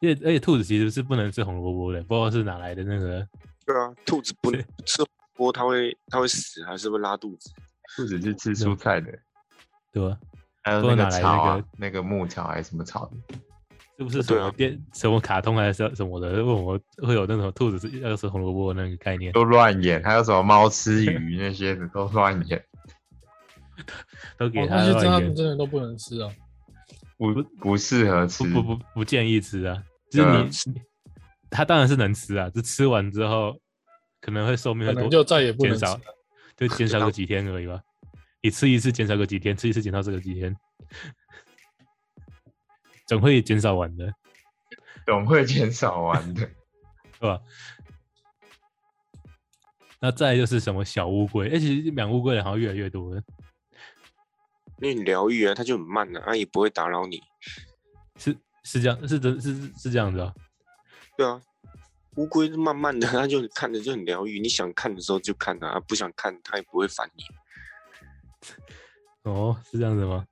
因为而且兔子其实是不能吃红萝卜的，不知道是哪来的那个。
对啊，兔子不
对
不吃火锅，它会它会死，还是会拉肚子？
兔子是吃蔬菜的，
对吧？
嗯还有那
不知道哪
个
来
草啊
那个
那个牧草还是什么草的，
是不是什
对啊
么电、什么卡通还是什么的？问我会有那种兔子是要吃红萝卜的那个概念？
都乱演。还有什么猫吃 鱼那些的都乱演，
都给
哦，
它
那些真他
乱
们
源，
真的都不能吃啊。
不不适合吃
不。 不不不建议吃啊。就是你，它当然是能吃啊，就吃完之后可能会寿命会
可能
多，
就再也不
减
能吃
少
了，
就减少个几天而已吧。你吃一次减少个几天，吃一次减少这个几天，总会减少完的，
总会减少完的。
对吧？那再来就是什么小乌龟，哎、其实养乌龟的人好像越来越多了，
因为你疗愈啊，它就很慢啊，它也不会打扰你。
是是这样，是真是是是这样子啊。
对啊，乌龟是慢慢的， 它就看着就很疗愈。你想看的时候就看它、啊，不想看它也不会烦你。
哦，是这样子吗？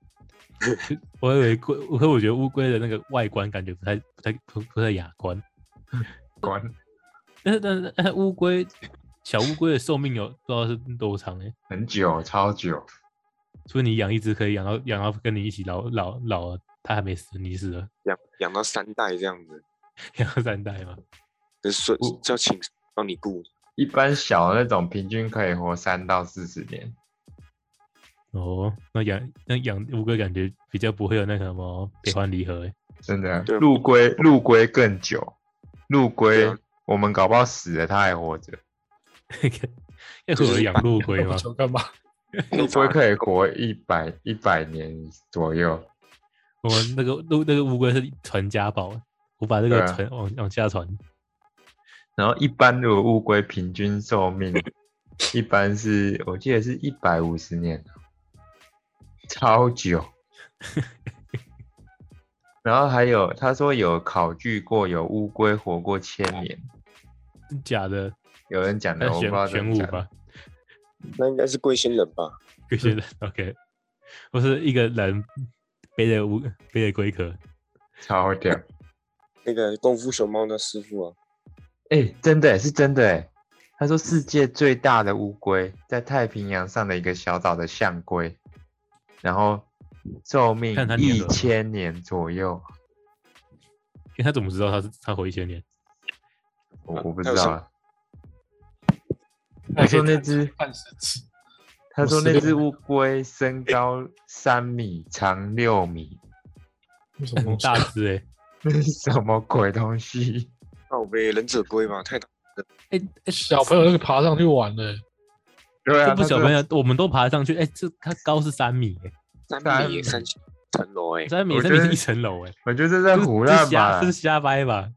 我以为龟，可我觉得乌龟的那个外观感觉不太不太不不太雅观，
关
但是但是但是乌龟小乌龟的寿命有不知道是多长哎、
很久，超久。
所以你养一只可以养到养到跟你一起老老老了，它还没死，你死了，
养养到三代这样子，
养到三代嘛。
那顺
乌
叫请帮你 顾。
一般小的那种平均可以活三到四十年。
哦，那养那养乌龟感觉比较不会有那个什么悲欢离合欸，
真的，
对
陆龟陆龟更久，陆
对
龟
啊
我们搞不好死了，它还活着。
要
就
有
是
人养陆龟
那
吗
不？求干嘛？
陆龟可以活一百一百年左右，
我们那个陆那个乌龟是传家宝，欸我把这个
对啊
传往往下传，
然后一般如果乌龟平均寿命一般是我记得是一百五十年，啊超久。然后还有他说有考据过有乌龟活过千年，
真假的？
有人讲
那
的，我不知道
玄
真
玄武
的假的
吧，
那应该是贵仙人吧？
这些人 OK，我是一个人背着乌背着龟壳，
超屌。
那个功夫熊猫那师傅啊，
哎、真的欸是真的哎。他说，世界最大的乌龟在太平洋上的一个小岛的象龟，然后寿命
看它年
一
轮吗
千年左右。
因为他怎么知道他是他活一千年？
我
啊
我不
它
知
有
道
上
啊。 他说那只，
看十次，
他说那
56
只乌龟身高三米，长 六米，
那什么
很
东西啊
大只哎、
那是什么鬼东西？
靠呗，忍者龟吧，太大
哎、哎
小朋友就爬上去玩了、
对啊，
这不
他
小
这
朋友，我们都爬上去，哎、这它高是三米、哎，
三米三层楼哎，
三米
我
三米
觉
是
得
一层楼、哎，
我觉得这在
这是
胡
这是
乱吧
瞎，这是瞎掰吧？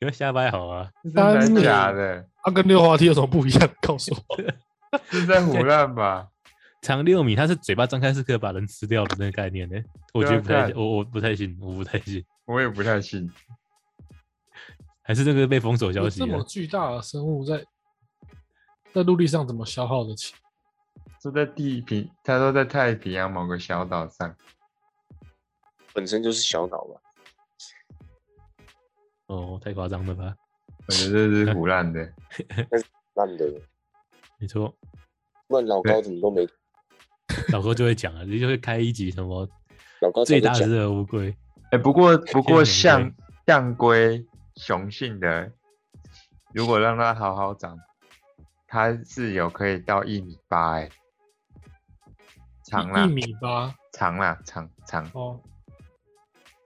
不要瞎掰好啊！
这
三
是
米
假的，
它、啊跟溜滑梯有什么不一样？ 告诉 我。
这是在胡乱吧？
长六米，它是嘴巴张开是可以把人吃掉的那个概念呢、哎我觉得不
对啊
太，
对啊
我我不太信，我不太信，
我也不太信。
还是这个被封锁消
有
息啊
这么
了。
巨大的生物在在陆地上怎么消耗得起？
说在地平，他说在太平洋某个小岛上，
本身就是小岛吧。
哦，太夸张了吧？
我觉得这是胡乱的。
烂的，
没错，
不然老高怎么都没
老哥就会讲啊， 你就会开一集什么
老高早
最
就
大
讲
只的乌龟，
哎、不过不
天
过
然
象象龟雄性的，如果让它好好长，它是有可以到一米八哎、长啦
一米八
长啦长长，
哦，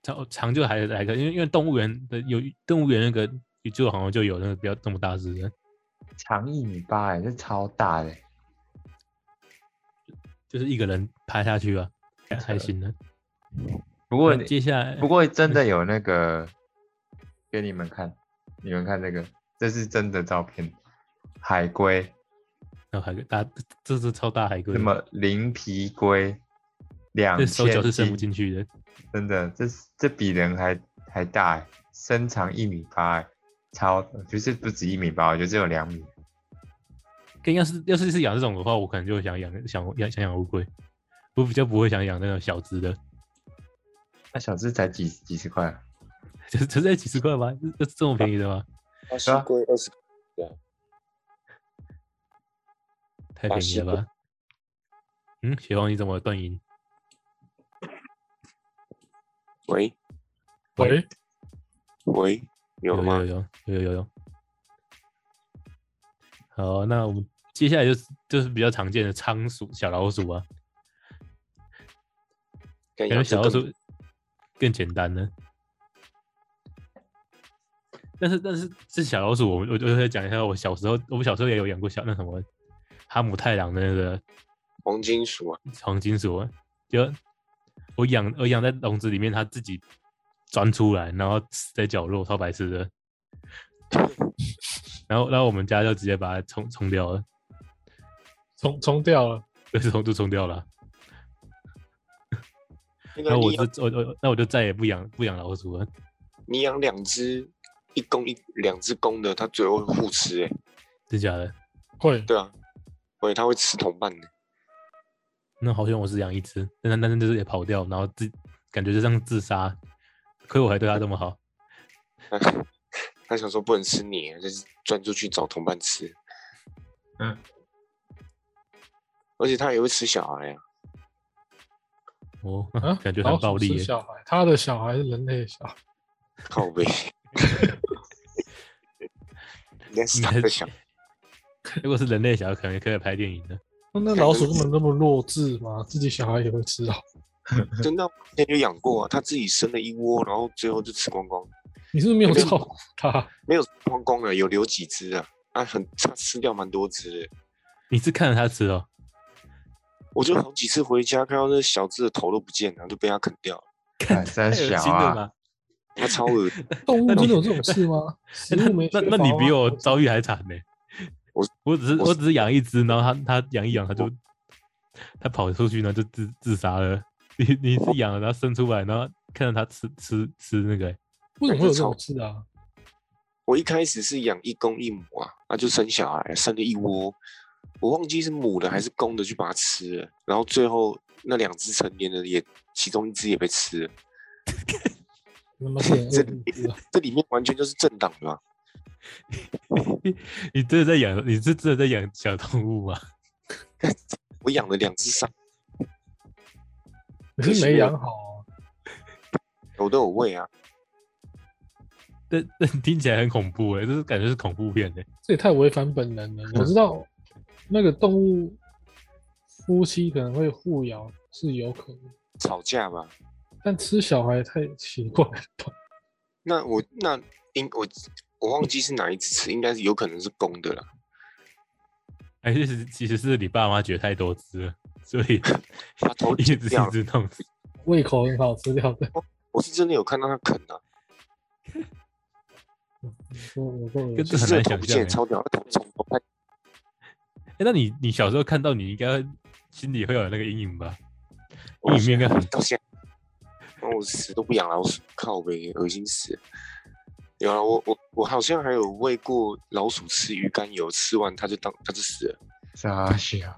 长长就还还可以，因为因为动物园的有动物园那个宇宙好像就有那个比较这么大只的，
长一米八哎、这超大的、
就是一个人拍下去啊，还还行的。不
不过
接下来，
不过真的有那个给你们看，你们看这个，这是真的照片，海龟，
然后哦海龟大，这是超大海龟，
什么鳞皮龟，两
这手脚
千
是伸不
斤。
进去的。
真的，这是这比人还还大欸，身长一米八欸，超就是不止一米八，我觉得只有两米。
跟要是要是是养这种的话，我可能就会想养想养想养乌龟，我比较不会想养那种小只的，
那小只才几几十 块啊，
就是就是在几十块吧，这这么便宜的吗？
巴
啊
西龟二十，
太便宜了吧？嗯，雪王你怎么断音？
喂
喂，
喂，有
有有
了吗？
有有有有有。好，那我们接下来就是就是比较常见的仓鼠、小老鼠啊，感
感啊
觉小老鼠更简单呢。但是但是这小老鼠，我我就会讲一下，我小时候我们小时候也有养过小那什么哈姆太郎的那个
黄金鼠啊，
黄金鼠啊，就我养我养在笼子里面，它自己钻出来，然后死在角落，超白痴的。 然后然后我们家就直接把它冲冲掉了，
冲冲掉了，
对，冲就冲掉了。
那
然
个
后我
你养
就我我那我就再也不养不养老鼠了。
你养两只一公一两只公的，它最后会互吃哎、
真假的？
会
对啊，喂，它会吃同伴的，
那好像我是养一只，但它但是就是也跑掉，然后自感觉就像自杀。亏我还对它这么好，
它它想说不能吃你，欸就是钻出去找同伴吃。
嗯，
而且它也会吃小孩啊，
哦，，
啊
感觉
老
很
鼠
暴力
吃
耶。
小孩，他的小孩是人类的小孩，
靠背。应该是它的小孩，
如果是人类小孩，可能也可以拍电影的。
那哦那老鼠根本那么弱智吗？自己小孩也会吃啊？
真的啊，我之前就养过啊，它自己生了一窝，然后最后就吃光光，
你是不是没有照顾 它？
没有吃光光的，有留几只啊，啊很，它吃掉蛮多只的。
你是看着它吃哦？
我就好几次回家看到那小只的头都不见了，都被它啃掉了，
哎三
太恶
小
心了
啊，
吧？
它超恶心。
动物
那你
真的有这种事吗？食物没
那
缺
那你
乏啊
比
吗
我遭遇还惨呢、
我
我只是
我
我只是养一只，然后它它养一养，它就它跑出去呢，就自自杀了。你你是养了，然后生出来，然后看着它吃吃吃那个欸、
为什么会有这种事 啊？
我一开始是养一公一母啊，那就生小孩，生了一窝，我忘记是母的还是公的去把它吃了，然后最后那两只成年的也，其中一只也被吃了，
那么是人
这
类的啊
这里面完全就是政党的嘛，
你真的在养？你是真的在养小动物吗？
我养了两只傻，
你是没养好啊
我都有喂啊，
但 但听起来很恐怖哎、欸，就是感觉是恐怖片哎、
啊，这也太违反本能了。我知道那个动物夫妻可能会互咬是有可能，
吵架嘛，
但吃小孩太奇怪了吧。
那我那应我我忘记是哪一只吃，应该是有可能是公的啦。
还哎是其实是你爸妈觉得太多只了，所 以
把 头
一
剪
直
掉
一
了
直弄死。
胃口很好，吃掉的。
我是真的有看到它啃啊，
我我够恶
跟这
心
很难
是头
想
不
象
见
欸。
超屌，它头从头看
哎、那你你小时候看到，你应该心里会有那个阴影吧？
我
阴影面应该很
到现在，然后我死都不养老鼠，靠呗，恶心死了。有啊，我我我好像还有喂过老鼠吃鱼肝油，吃完它就当它就死了。
傻笑，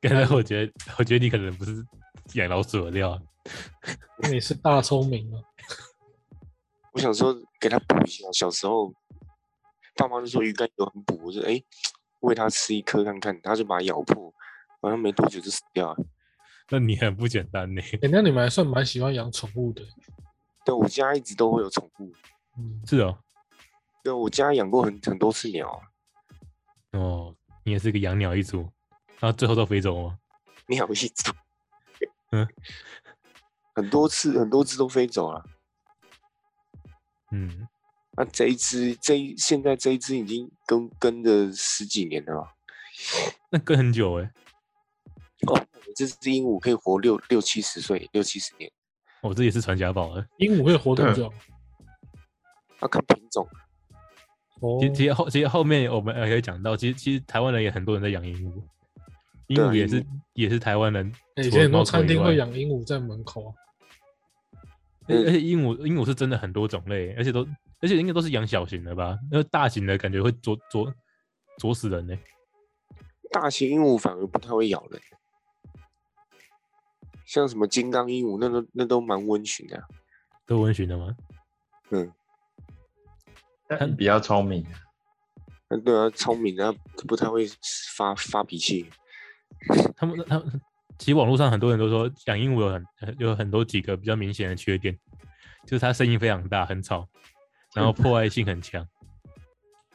刚才我觉得，我觉得你可能不是养老鼠的料。
你是大聪 明啊！
我想说给它补一下，小时候爸妈就说鱼肝油很补，我就哎、喂它吃一颗看看，它就把它咬破，好像没多久就死掉了。
那你很不简单呢。
哎、那你们还算蛮喜欢养宠物的。
对，我家一直都会有宠物，
嗯，
是哦，
对我家养过很很多次鸟啊，
哦，你也是个养鸟一族，然后最后都飞走吗？
鸟一直，
嗯，
很多次很多只都飞走了。
嗯，
那这一只，这一现在这一只已经跟跟着十几年了吧？
那跟很久哎、
哦，这只鹦鹉可以活六六七十岁，六七十年。
我、哦这也是传家宝了。
鹦鹉会活多久？啊
要、看品种，
哦，
其实其实后其实后面我们还可以讲到，其实其实台湾人也很多人在养鹦鹉，鹦
对啊
鹉也
鹦
是也是台湾人
哎
除了
以前很
猫
多
狗
餐
以
厅
外
会，养鹦鹉在门口啊。
而而且鹦鹉鹦鹉是真的很多种类，而且都而且应该都是养小型的吧？那大型的感觉会啄啄啄死人呢、
大型鹦鹉反而不太会咬人，像什么金刚鹦鹉，那都那都蛮温驯的啊、
都温驯的吗？
嗯，
但你比较聪明啊，
那对啊，聪明的，它不太会发发脾气。
他们他们其实网络上很多人都说养鹦鹉有很很有很多几个比较明显的缺点，就是它声音非常大，很吵，然后破坏性很强。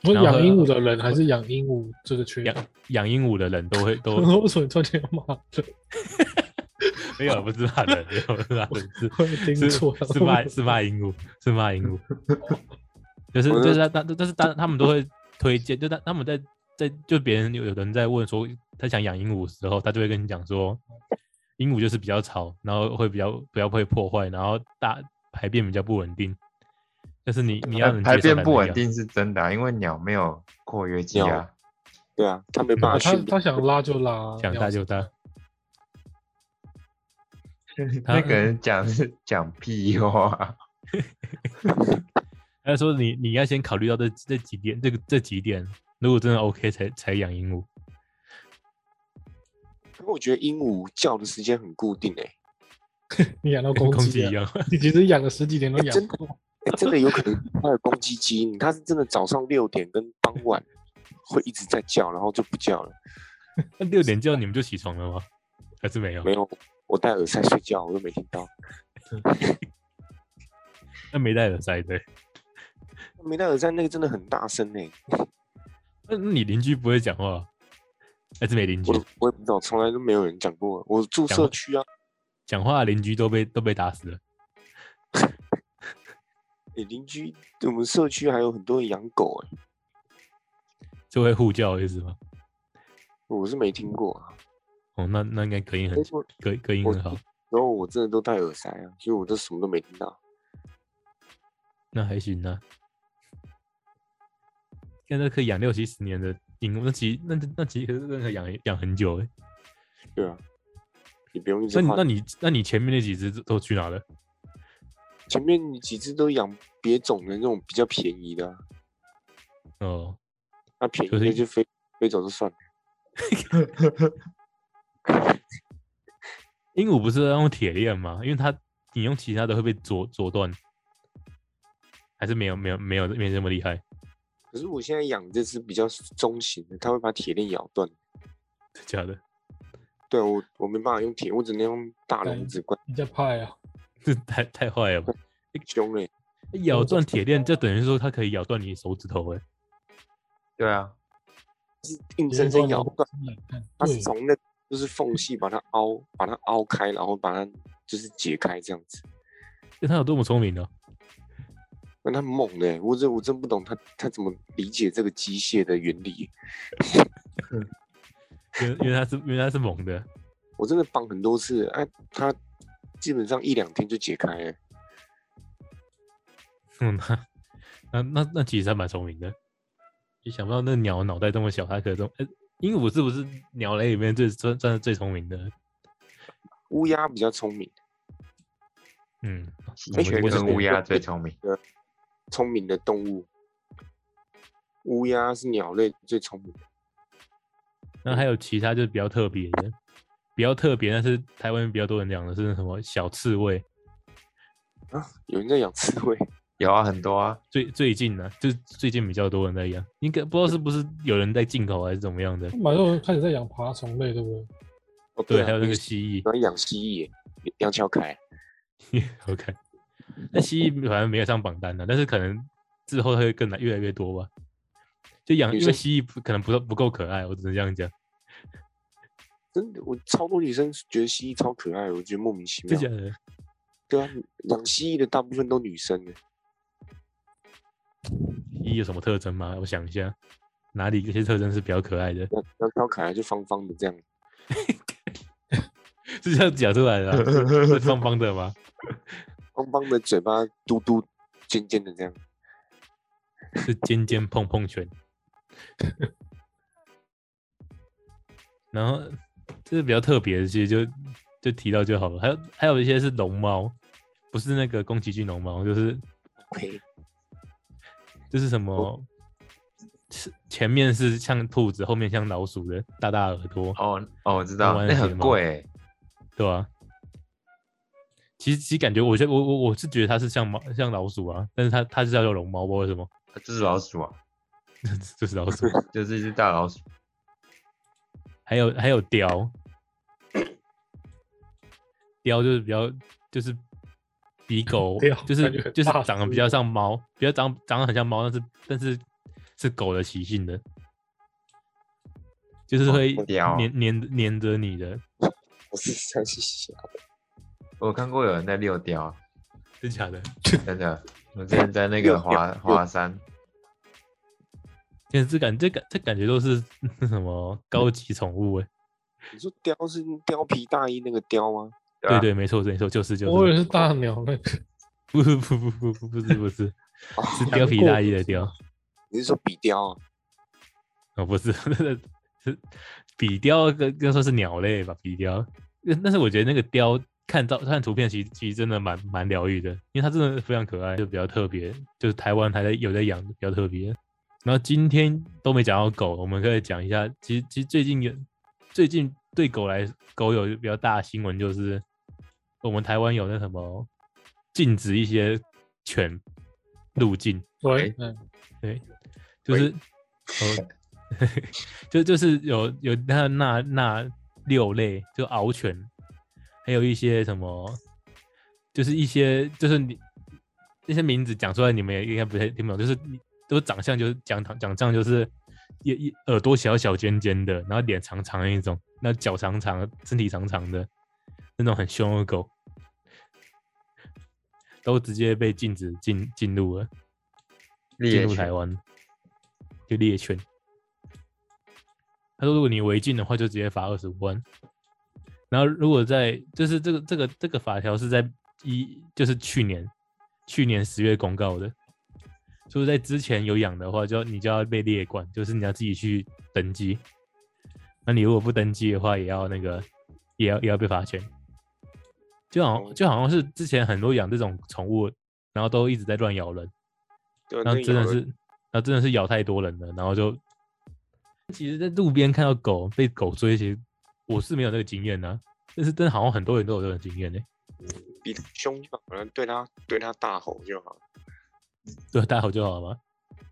不是
然后
养鹦鹉的人还是养鹦鹉这个缺点？
养养鹦鹉的人都会都
为什么你突然间要骂人？
没有不是骂人，没有不是骂人，是
我也听
是
错了，
是骂是骂鹦鹉，是骂鹦鹉，就是
我
就
就是
他他但是他他们都会推荐，就他他们在在就别人有有人在问说他想养鹦鹉的时候，他就会跟你讲说，鹦鹉就是比较吵，然后会比较比较会破坏，然后大排便比较不稳定，就是你你要
但
能
排
接受
便
才
不
能
稳
养，
定是真的啊、因为鸟没有括约肌啊
鸟，对啊，它没办
啊
法
他
训
他
练。
想拉啊就拉，
想大就大。
那 个人讲是讲屁话，啊
他说你你要先考虑到这这几点，这个这几点，如果真的 OK 才才养鹦鹉。
不过我觉得鹦鹉叫的时间很固定诶、欸哎
你养到
跟
公
公鸡
鸡
一
啊，
样。
你其实养了十几年都
哎
养
真
过，
欸真的有可 能它有公鸡基因，它是真的早上六点跟傍晚会一直在叫，然后就不叫了。
那六点叫你们就起床了吗？还是没有？
没有，我戴耳塞睡觉，我都没听到。
那没戴耳塞对。
没戴耳塞那个真的很大声呢、
那那你邻居不会讲话？还是没邻居
我？我也不知道，从来都没有人讲过。我住
讲
社
话
区啊，
讲话的邻居都被都被打死了。
你邻居，我们社区还有很多人养狗哎、
就会互叫的意思吗？
我是没听过啊。
哦，那那应该隔音很
哎我
隔隔音
我
很好，
然后我真的都戴耳塞啊，所以我都什么都没听到。
那还行啊。现在可以养六七十年的鹦鹉，那其那那其实那可以养养很久哎。
对啊，你不用一直
那你
换
那你那你前面那几只都都去哪了？
前面你几只都养别种的那种比较便宜的、啊，
哦，
那便宜
可是
的就飞飞走就算了。
鹦鹉不是要用铁链吗？因为它你用其他的会被啄啄断，还是没有没有没有没这么厉害？
可是我现在养这只比较中型的，它会把铁链咬断。
真假的？
对啊我我没办法用铁，我只能用大笼子灌，
你家派啊，
这 太太坏了吧！
凶嘞、
咬断铁链，就等于说它可以咬断你手指头哎。
对啊，
硬生生咬断。
来看，
它
对
是，从那就是缝隙把它凹，把它凹开，然后把它就是解开这样子。
哦那它有多么聪明呢、
那他猛哎、我真我真不懂他他怎么理解这个机械的原理。
因为因为它是因为它是猛的，
我真的绑很多次，哎、他基本上一两天就解开了。
嗯，那那那那其实还蛮聪明的，也想不到那鸟脑袋这么小，它可以这么。呃鹦鹉是不是鸟类里面最算算是最聪明的？
乌鸦比较聪明，
嗯，
喜鹊跟乌鸦最聪明，
聪明的动物，乌鸦是鸟类最聪明的。
那还有其他就是比较特别的，比较特别，但是台湾比较多人养的是什么小刺猬？
啊，有人在养刺猬，
有啊，很 多啊，
最最近呢、就最近比较多人在养，应该不知道是不是有人在进口还是怎么样的。
马上开始在养爬虫类，对不对？
哦
对，
啊
还有那
你
个
喜
蜥蜴，
欢养蜥蜴欸耶，杨乔凯，
OK，那蜥蜴反正没有上榜单了，但是可能之后它会更来越来越多吧。就养，
女
因为
生
蜥蜴不可能不够不够可爱，我只能这样讲，
真的，我超多女生觉得蜥蜴超可爱，我觉得莫名其
真
妙
假。的？
对啊，养蜥蜴的大部分都女生耶，
蜥蜴有什么特征吗？我想一下，哪里这些特征是比较可爱的？
杨杨乔凯就方方的这样，
是这样讲出来的啊、 是是方方的吗？
方方的嘴巴嘟嘟尖尖的这样。
是尖尖碰碰拳。然后这是比较特别的，其实就就提到就好了。还有还有一些是龙猫，不是那个宫崎骏龙猫，就是
呸，
这是什么？是前面是像兔子，后面像老鼠的大大耳朵，
哦哦，我知道，
玩
那
得
很
起吗
贵欸，
对吧、其实其实感觉，我觉得我我我是觉得它是像猫像老鼠啊，但是它它是叫做龙猫，不知道为什么，
这是老鼠啊，
就是老鼠。
就是一只大老鼠，
还有还有雕，雕就是比较就是比狗
雕，
就
感觉
是
很
就是
大
长得
只
比较像猫，比较长长得很像猫，但是但是是狗的习性的，就是会
雕
黏黏黏着你的，
我是相信小
我看过有人在遛雕，啊
真假的？
真的，我之前在那
遛
个华
遛
华山，
现在这感这感这感觉都是什么高级宠物哎、
你说貂是貂皮大衣那个貂吗？
对吧
对对，没错没错，就是就
我以为
是，
是大鸟那个，
不不不不不不是不是，
哦，
是貂皮大衣的貂。
你是说比貂啊？
哦，不是， 是比雕跟跟说是鸟类吧，比雕。但但是我觉得那个雕看到看图片其，实其实真的蛮蛮疗愈的，因为它真的非常可爱，就比较特别，就是台湾还在有在养，比较特别。然后今天都没讲到狗，我们可以讲一下，其实其实最近有最近对狗来狗有比较大的新闻，就是我们台湾有那什么禁止一些犬入境。
喂，
哎
嗯，
对，就是呃，就就是有有那那那六类，就獒犬，还有一些什么，就是一些就是你那些名字讲出来，你们也应该不太听不懂，就是你都长相就是讲长长相就是一一耳朵小小尖尖的，然后脸长长的那种，那脚长长，身体长长的那种很凶的狗。都直接被禁止进进入了，进
猎
入台
犬，
湾，就猎犬。他说，如果你违禁的话，就直接罚二十五万。然后，如果在就是这个这个这个法条是在一就是去年去年十月公告的，就是在之前有养的话，就要你就要被列管，就是你要自己去登记。那你如果不登记的话，也要那个也要也要被罚钱。就好像就好像是之前很多养这种宠物，然后都一直在乱咬人，
对啊，
然后
那
真的
咬人
是，然后真的是咬太多人了，然后就，其实，在路边看到狗被狗追，其实我是没有那个经验的、但是真的好像很多人都有这种经验呢、
比他凶就好了，对他对他大吼就好了。
对，大吼就好了嘛。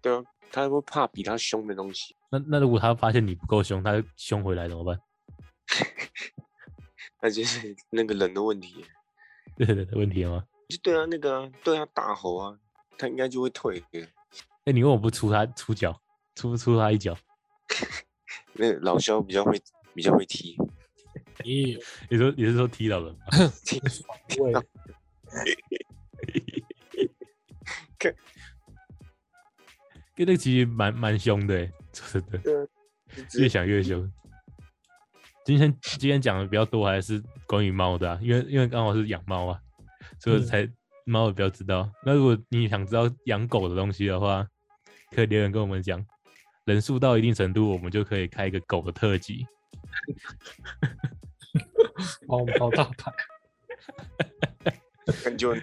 对啊，他会怕比他凶的东西，
那那如果他发现你不够凶，他凶回来怎么办？
那就是 那个人的问题。
对对对，问题了吗？
就对他那个啊、对他大吼啊，他应该就会退的。
哎、你为什么不出他出脚，出不出他一脚？
那个老肖比较会比较会踢，
咦，
你说你是说踢到人吗？
喂，
跟那其实蛮蛮凶的欸，真的越想越凶。今天今天讲的比较多还是关于猫的、啊，因为因为刚好是养猫啊，所以我
嗯
才猫比较知道。那如果你想知道养狗的东西的话，可以留言跟我们讲。人数到一定程度，我们就可以开一个狗的特辑。
把我们搞大牌。
感觉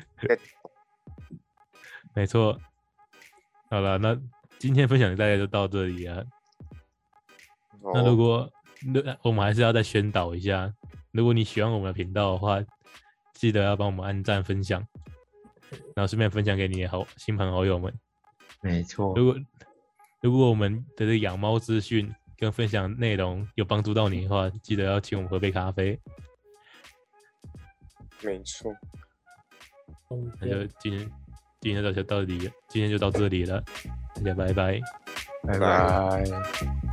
没错。好了，那今天分享大家就到这里啊。 那如
哦，
果那我们还是要再宣导一下，如果你喜欢我们的频道的话，记得要帮我们按赞、分享，然后顺便分享给你的好亲朋好友们。
没错，
如果如果我们的这个养猫资讯跟分享内容有帮助到你的话，记得要请我们喝杯咖啡。
没错，
嗯，
那就今天今天就到这里了，今天就到这里了，大家拜拜。
拜
拜
拜。